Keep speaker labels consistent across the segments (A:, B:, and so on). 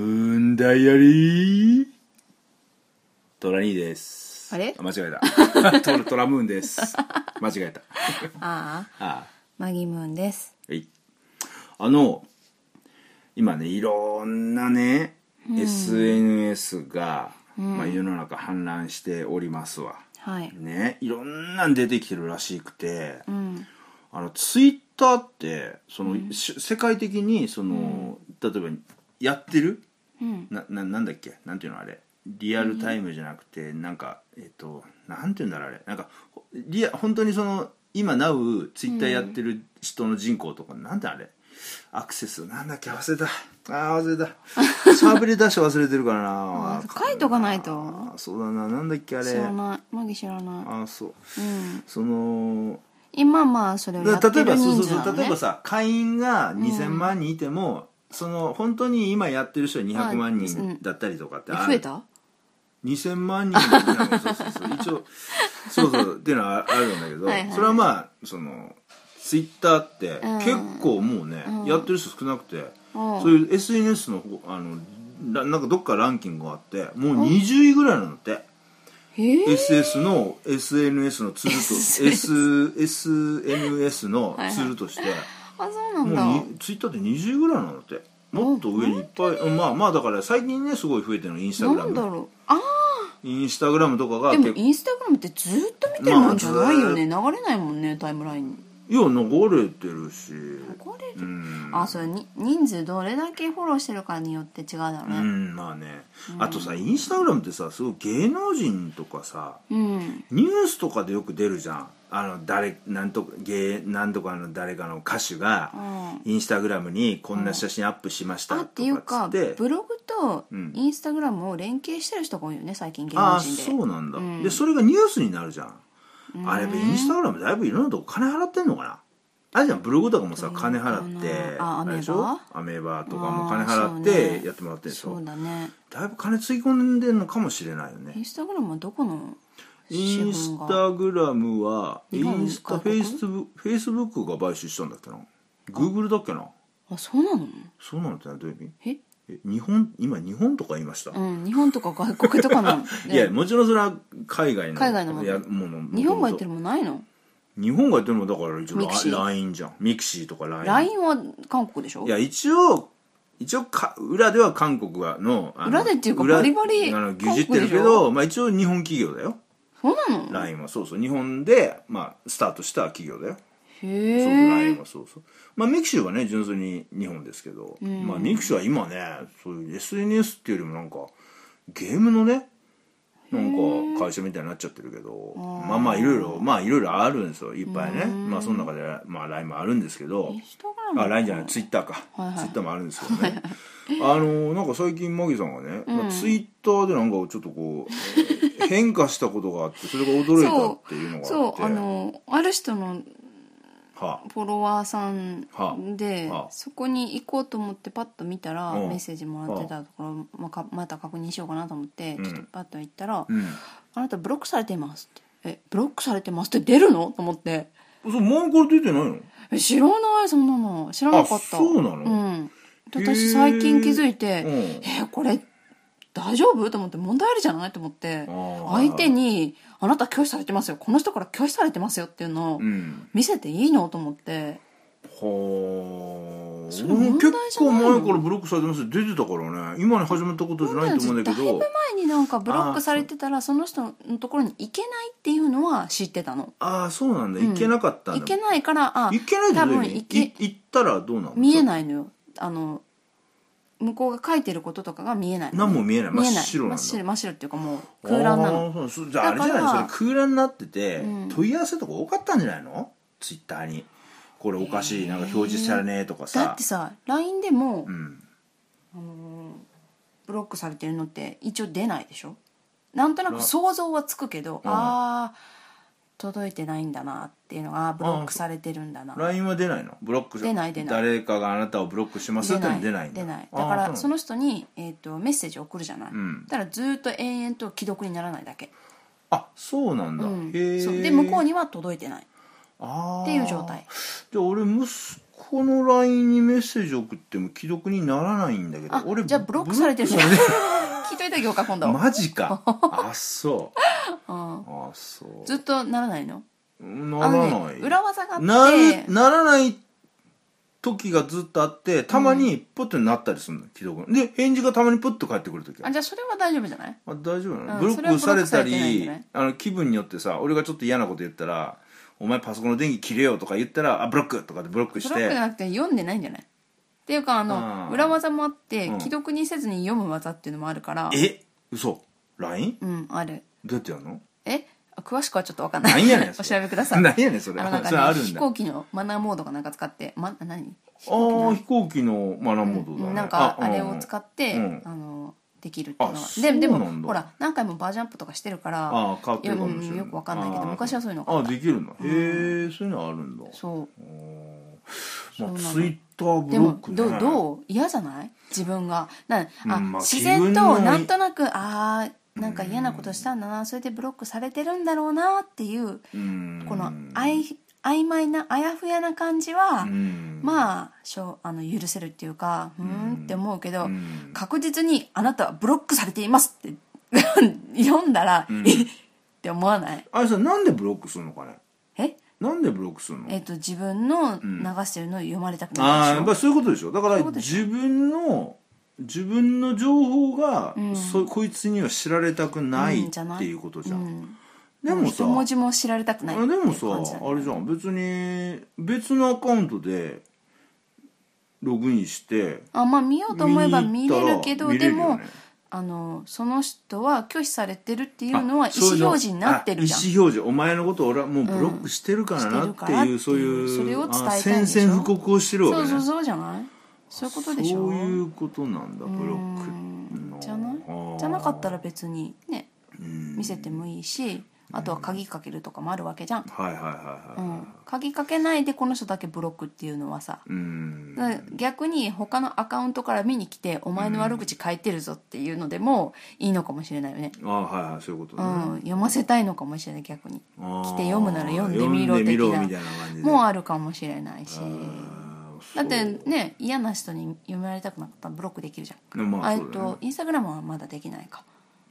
A: ダイアリートラニーです
B: あれ
A: 間違えた トラトラムーン です間違えた
B: ああ
A: あ
B: マギムーンです
A: あはいあの今ねいろんなね、SNS が、まあ、世の中氾濫しておりますわ
B: はい
A: ねいろんなん出てきてるらしくて、
B: うん
A: あのツイッターってその、し世界的にその、例えばやってる
B: うん
A: なななんだっけなんていうのあれリアルタイムじゃなくて、なんかえっ、となんていうんだろうあれなんかほリア本当にその今なうツイッターやってる人の人口とか、なんであれアクセスなんだっけ忘れたあー忘れたしゃべり出して忘れてるからな
B: あー 書いとかないと
A: あーそうだななんだっけあれ
B: 知らないマギ知らな
A: あーそう
B: いうん
A: その
B: 今まあそれをやって
A: 例え
B: る
A: ばそうそ
B: 人
A: う
B: 数な
A: そ
B: の
A: う
B: ね
A: 例えばさ会員が2,000万人いても、その本当に今やってる人は200万
B: は
A: 人
B: い
A: だったりとかって
B: え増えた
A: 2000万人なんかそうそうそう一応そうそうっていうのはあるんだけど
B: はいはい
A: それはまあそのツイッターって
B: ん
A: 結構もうね、やってる人少なくて、
B: うん
A: そういう SNS のあのらなんかどっかランキングがあってもう20位ぐらいなんだって、
B: えー
A: SS の SNS のツールと S SNS のツールとして。
B: あそうなんだ
A: もうにツイッターで20ぐらいなのってもっと上にいっぱいうんまあまあだから最近ねすごい増えてるのインスタグラ
B: なんだ
A: ム
B: ろうあ
A: インスタグラムとかが
B: で
A: 結
B: も
A: 構
B: インスタグラムってずっと見てるもんじゃないよね、流れないもんねタイムラインに
A: いや流れてるし
B: これ
A: うん
B: あそうに人数どれだけフォローしてるかによって違うだろ
A: う
B: うね
A: んまあねあとさインスタグラムってさすごい芸能人とかさ
B: うん
A: ニュースとかでよく出るじゃんあの誰なんとか芸なんとかの誰かの歌手が
B: うん
A: インスタグラムにこんな写真アップしましたと
B: あっ
A: か
B: ていう
A: っ
B: か
A: つって
B: ブログと
A: うん
B: インスタグラムを連携してる人が多いよね最近芸
A: あ
B: 能
A: あ
B: 人で
A: そうなんだ、
B: うん
A: でそれがニュースになるじゃん、あれやっぱインスタグラムだいぶいろんなとこ金払ってんのかなあれじゃんブログとかもさ
B: どういう
A: 金
B: のかな
A: 払って
B: あアメーバ
A: れでしょアメーバとかも金払っ
B: あーそう
A: て
B: ね
A: やってもらってるでしょ、
B: そうだね
A: だいぶ金つぎ込んでんのかもしれないよ
B: イ
A: ね
B: ンスタグラムはどこの資
A: インス
B: 本が
A: タグラムはイ
B: 日本
A: ンスタ
B: 外
A: フェ
B: 国
A: イスブフェイスブックが買収したんだっけなグーグルだっけな
B: あそうなの
A: そうなのってのはどういう意味
B: え
A: え日本今日本とか言いました、
B: うん日本とか外国とかなの
A: いやもちろんそれは海外の
B: 海外のもの
A: やもの
B: 日本がやって
A: る
B: るもんないの
A: 日本がやってるのだから一
B: ミクシ
A: 応
B: ィ
A: LINE じゃんミクシーとか LINE,
B: LINE は韓国でしょ
A: いや一応一応か裏では韓国がのあの
B: 裏でっていうか
A: 裏
B: バリバリ
A: あの
B: 韓
A: 牛耳っ
B: 国
A: てるけ
B: でし
A: ど、まあ、一応日本企業だよ
B: そうなの
A: LINE はそうそう日本で、まあ、スタートした企業だよそうそう
B: へ
A: LINE
B: え
A: はそうそうまあミクシーはね純粋に日本ですけど、まあ、ミクシーは今ねそういう SNS っていうよりもなんかゲームのねなんか会社みたいになっちゃってるけどまあまあいろいろまあいろいろあるんですよいっぱいねまあその中で、まあ、LINE もあるんですけど
B: インスタグラム
A: あ LINE じゃないツイッターか、
B: はいはい
A: ツイッターもあるんですけどねあのなんか最近マギさんがね、まあ、ツイッターでなんかちょっとこう変化したことがあってそれが驚いたっていうのがあって
B: そうあのある人の
A: は
B: フォロワーさんで、
A: はあはあ
B: そこに行こうと思ってパッと見たら、
A: うん
B: メッセージもらってたところ、まあかまた確認しようかなと思って、
A: ん
B: ちょっとパッと行ったら、
A: うん
B: あなたブロックされています」って「えブロックされてます」って出るのと思って
A: そう前から出てないの
B: 「え知らないそんなの知らなかった」
A: あそうなの
B: うん、で
A: へー
B: 私最近気づいて
A: う
B: 「
A: ん
B: えこれ大丈夫?」と思って問題あるじゃないと思って
A: あー
B: 相手に「あなた拒否されてますよこの人から拒否されてますよ」っていうのを
A: うん
B: 見せていいのと思って。
A: はあ
B: れ
A: 俺も結構
B: 問題じゃない
A: 前
B: の
A: からブロックされてますよ出てたからね今に始まったことじゃないと思うんだけ
B: だい
A: ど
B: ぶ前になんかブロックされてたらその人のところに行けないっていうのは知ってたの
A: ああそうなんだ行けなかったんだ
B: 行けないからあ
A: 行けないって
B: 多
A: どういう
B: 分
A: 意
B: 行
A: 味い
B: け
A: 行ったらどうなの
B: 見えないのよあの向こうが書いてることとかが見えないの
A: 何も見えない
B: 見えない
A: 真っ白なんだ
B: 真っ白真っ白っていうかもう空欄なの
A: あーそうそうじゃああれじゃ
B: だか
A: ない
B: ら
A: それ空欄になってて、
B: うん
A: 問い合わせとか多かったんじゃないのツイッターにこれおかしい、なんか表示されねえとかさ
B: だってさ LINE でも
A: うん、
B: ブロックされてるのって一応出ないでしょなんとなく想像はつくけど
A: うん
B: ああ届いてないんだなっていうのがあーブロックされてるんだな
A: LINE は出ないのブロック
B: 出ない出ない
A: 誰かがあなたをブロックしますってのは出ないんだ
B: 出ないだか
A: あー
B: ら
A: そ
B: そ
A: なんだ
B: うの人に、えー、とメッセージを送るじゃない、
A: ん
B: だからずーっと延々と既読にならないだけ、
A: あそうなんだ、
B: うん
A: へえ
B: そうで向こうには届いてない
A: っ
B: っていう状態
A: じゃあ俺息子この LINE にメッセージ送っても既読にならないんだけど
B: あ
A: 俺
B: じゃあブロックされてるじゃん聞いといた業か今度、
A: マジかあそう
B: うん、
A: あそう
B: ずっとならないの
A: な
B: あ
A: ら
B: の
A: な
B: ね
A: い
B: 裏技があって
A: なるならない時がずっとあってたまにポッとなったりするの既読で返事がたまにポッと返ってくる時あ
B: あ
A: る
B: じゃあそれは大丈夫じゃない
A: あ大丈夫なの、
B: うん
A: ブロ
B: そ
A: ッ
B: れ
A: ク
B: はブ
A: さ
B: ロッ
A: れ
B: クさ
A: た
B: れてないんじ
A: り
B: ゃない
A: あの気分によってさ俺がちょっと嫌なこと言ったら「お前パソコンの電気切れよ」とか言ったら「あブロック」とかでブロックし
B: ブロックじ
A: て
B: ゃなくて読んでないんじゃないっていうかあ
A: あ
B: の
A: ー
B: 裏技もあって
A: うん
B: 既読にせずに読む技っていうのもあるから
A: 「え嘘 LINE?
B: うんある
A: どうやってやるの
B: えあ詳しくはちょっと分かんない
A: なんやねん
B: お調べください
A: なんやねんそれ
B: あのなん
A: それあ
B: か、ね、
A: るん
B: 飛
A: だ
B: 行機のマナーモードかなんか使って、ま、何
A: ああ飛行機のマナーモードだね、
B: うんなんかあれを使
A: っ
B: って、
A: うん
B: あのできるっていうの
A: あ
B: は
A: そうな
B: で
A: んだ
B: でもほら何回もバージョンアップとかしてるから
A: ああ変わってるかもしれない
B: いやうんよくわかんないけど昔はそういうのが
A: あ
B: あ
A: あ
B: った
A: できるのへえそういうのあるんだ
B: そう
A: まあ
B: そうなの
A: ツイッターブ
B: で
A: ロッ
B: も
A: クね
B: どうどう嫌じゃない自分がなあ、
A: うんまあ
B: 自
A: 気分
B: 然
A: の
B: となんとなくあーなんか嫌なことしたんだなそれでブロックされてるんだろうなっていう
A: うん
B: このあい曖昧なあやふやな感じは、
A: うん
B: まあしょうあの許せるっていうかうーんって思うけど、
A: うん
B: 確実に「あなたはブロックされています」って 読んだら、えっって思わない
A: あれさなんでブロックするのかね
B: え
A: なんでブロックするの
B: えっと自分の流してるのを読まれたく
A: ああ
B: ない
A: や
B: で
A: っぱ
B: しょ
A: りそういうことでしょだから
B: そういうことでし
A: 自分の自分の情報が、
B: ん
A: そこいつには知られたくない
B: うんじゃない
A: っていうことじゃん、
B: うん
A: でもさ
B: 一文字も知られたくないって
A: あ
B: い
A: でも
B: う
A: さ
B: 感じなんだ
A: あれじゃん別に別のアカウントでログインして
B: あまあ見ようと思えば見れるけど、
A: 見に
B: で
A: 行ったら見れるよ
B: も
A: ね
B: あのその人は拒否されてるっていうのは
A: あ
B: 意
A: そういう
B: 思表示になってるじゃん
A: あ意思表示お前のこと俺はもうブロックしてるからな
B: うん
A: っ
B: して
A: て
B: るからって
A: い
B: いうう
A: そういう
B: それを伝え
A: あ
B: たいんでしょ
A: 宣戦布告をしてるわけ
B: そう
A: ね
B: そうそうじゃないそういうことでしょ
A: そういうことなんだブロック
B: うん
A: の
B: じゃない
A: あー
B: じゃなかったら別にね
A: うん
B: 見せてもいいしあとは鍵かけるとかもあるわけじゃん、
A: はいはいはいは
B: う
A: い
B: ん、鍵かけないでこの人だけブロックっていうのはさ
A: うん
B: だから逆に他のアカウントから見に来て「お前の悪口書いてるぞ」っていうのでもいいのかもしれないよね、
A: あーはいはいそういうことね
B: うん、読ませたいのかもしれない逆に
A: あー
B: 来て読むなら読んでみろ
A: 読んでみろ
B: 的な
A: みたいな感じで
B: もうあるかもしれないし
A: あー
B: だって
A: そう
B: ね嫌な人に読まれたくなかったらブロックできるじゃん、
A: まあ
B: え
A: そ
B: っ
A: うだよね
B: とインスタグラムはまだできないか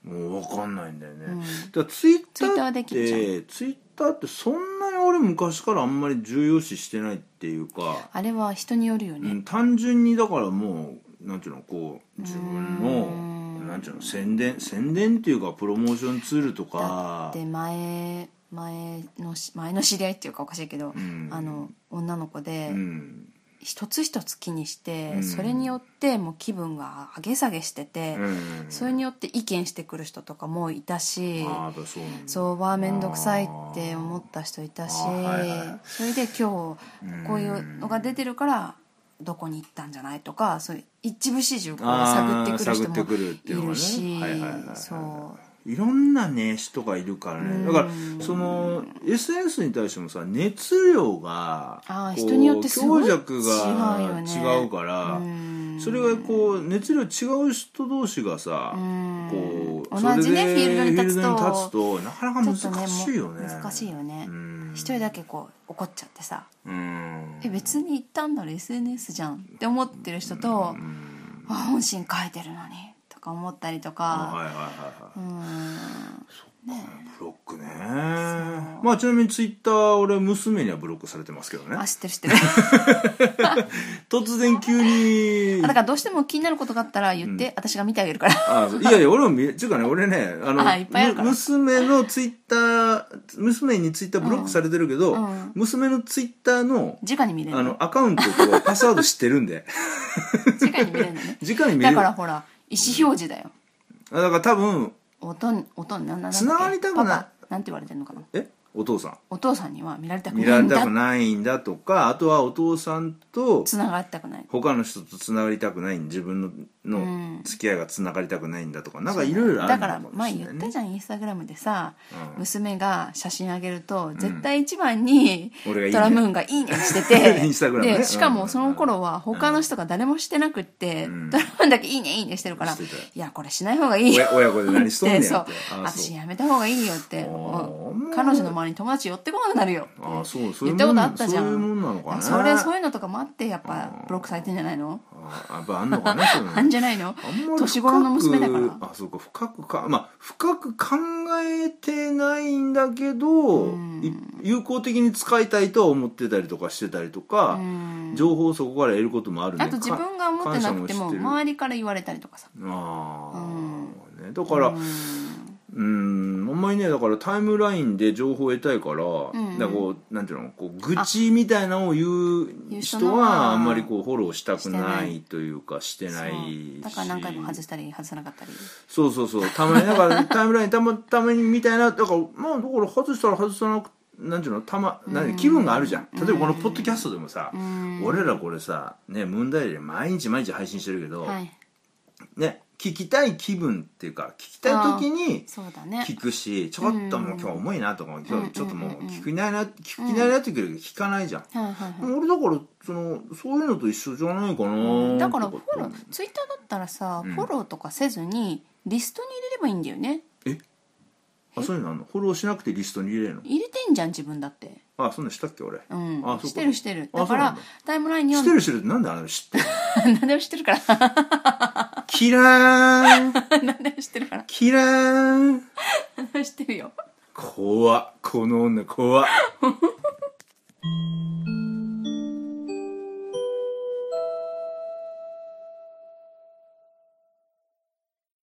A: もう分かんないんだよね、
B: うん
A: だからツイッタ
B: ツイッター
A: ー
B: は
A: って
B: で
A: ツイ
B: きるじゃん
A: ッターってそんなに俺昔からあんまり重要視してないっていうか、
B: あれは人によるよね、
A: うん単純にだからもうなんていうのこう自分
B: う
A: のなんていうの宣伝宣伝っていうかプロモーションツールとか
B: で前前のし前の知り合いっていうかおかしいけど、
A: ん
B: あの女の子で、
A: うん
B: 一つ一つ気にして、
A: うん
B: それによってもう気分が上げ下げしてて、
A: うん
B: それによって意見してくる人とかもいたし
A: ああやっぱそうなんだ
B: そうわあ面倒くさいって思った人いたし、
A: あーはいはい
B: それで今日こういうのが出てるからどこに行ったんじゃないとかそういう一部始終を探ってくる人
A: あー探ってくるっていうの
B: も
A: がね
B: いるし
A: はいはいはいはい
B: そう。
A: いろんなね人がいるからねだか
B: うん
A: らその SNS に対してもさ熱量が
B: あ
A: こう
B: ー人によってすごい
A: 強弱
B: 違う
A: が
B: よね
A: 違うから
B: うん
A: それがこう熱量違う人同士がさ
B: うん
A: こう
B: 同じね
A: それで
B: フィールドに立つと
A: フィールドに立つとなかなか
B: ちょっとね
A: 難しいよね
B: もう難しいよね
A: うん
B: 一人だけこう怒っちゃってさ
A: うん
B: 「え別に行ったんだら SNS じゃん」って思ってる人と「あ本心書いてるのに」とか思ったりと
A: あはいはいは
B: か
A: いはい
B: うん
A: ブロックねまあちなみにツイッター俺娘にはブロックされてますけどね
B: あ知ってる知って る
A: 突然急に
B: あだからどうしても気になることがあったら言って、私が見てあげるから
A: あそういやいや俺も見ちゅうかね俺ねあの
B: あいっぱいあるから
A: む娘のツイッター娘にツイッターブロックされてるけど、
B: うんうん
A: 娘のツイッターの
B: 直に見れる
A: あの
B: の
A: アカウント とパスワード知ってるんで
B: 直に見れるのね
A: 直に見れ
B: だ
A: る
B: からほら意思表示だよ
A: あだから多分
B: 音に音になんなんだっけ
A: 繋がりたくない
B: パパなんて言われてるのかな
A: えお父さん
B: お父さんには見られたく
A: 見
B: な
A: ら
B: い
A: れ
B: ん
A: たく
B: だ
A: ないんだとかあとはお父さんと
B: つながりたくない
A: 他の人とつながりたくない自分の
B: う
A: の
B: ん
A: 付き合いがつながりたくないんだとか、なんかいろいろある
B: だ
A: ん
B: から
A: も
B: 前
A: しれ
B: 言
A: ないね
B: ったじゃんインスタグラムでさ、
A: うん
B: 娘が写真あげると絶対一番に、
A: 俺がいいね
B: トラムーンが「いいね」して て
A: インスタグラムね
B: でしかもその頃は他の人が誰もしてなくって、
A: ん
B: トラムーンだけ「いいねいいね」してるから「
A: してた
B: いやこれしない方がいいよ」
A: 親親子で何しとんねんって
B: そう
A: あそう
B: 私やめた方がいいよって
A: あー
B: もう
A: まあ
B: 彼女のまに友達寄ってこなくなるよって
A: ああそうそうい
B: 言
A: う
B: った
A: も
B: こ
A: ん
B: とあったじゃん
A: そういうもんなのかね
B: それそういうのとかもあってやっぱブロックされてんじゃないの
A: ああやっぱあんのかねそういうの
B: あんじゃないの
A: あんまり
B: 年頃の娘だから
A: 深くあそうか深くかまあ深く考えてないんだけど、
B: うん
A: い有効的に使いたいとは思ってたりとかしてたりとか
B: う、ん
A: 情報をそこから得ることもあるね
B: あと自分が思ってなくて
A: 感謝
B: も
A: もしてる
B: 周りから言われたりとかさ
A: ああ、ね、だ
B: だ
A: から
B: うん
A: うんあんまりねだからタイムラインで情報を得たいから、
B: んうん
A: だからこうなんていうのこう愚痴みたいなのを言
B: 言
A: う
B: う
A: 人
B: 人の
A: は
B: は
A: あんまりこうフォローしたく
B: して
A: な
B: ない
A: いというかしてない
B: そ
A: し
B: うだから何回も外したり外さなかったり
A: そうそうそうたまにだからタイムラインたまたまにみたいなだからまあだから外したら外さなくなんていうのたま何気分があるじゃん例えばこのポッドキャストでもさ、
B: ん
A: 俺らこれさねムーンダイリーで毎日毎日配信してるけど、
B: はい
A: ね聞きたい気分っていうか聞きたい時に
B: そうだね
A: 聞くしちょっともう今日重いなとか今日ちょっともう聞きないな聞きないなってくるけど聞かないじゃん、
B: はいはいはい
A: 俺だからそのそういうのと一緒じゃないかなー
B: だから
A: と
B: フ
A: って
B: ォローツイッターだったらさ、
A: うん
B: フォローとかせずにリストに入れればいいんだよね
A: あそういうのあんのフォローしなくてリストに入れるの
B: 入れてんじゃん自分だって
A: あそんなんしたっけ俺
B: うん
A: あそうか
B: してるしてる
A: あ
B: だか
A: そうなん
B: ら
A: だ
B: タイムラインに
A: 知って
B: は
A: る知るってなんであれ知ってる
B: 何でも知ってるから
A: キラーン
B: 何でも知ってるから
A: キラーン
B: 何でも知ってるよ
A: 怖っこの女怖っ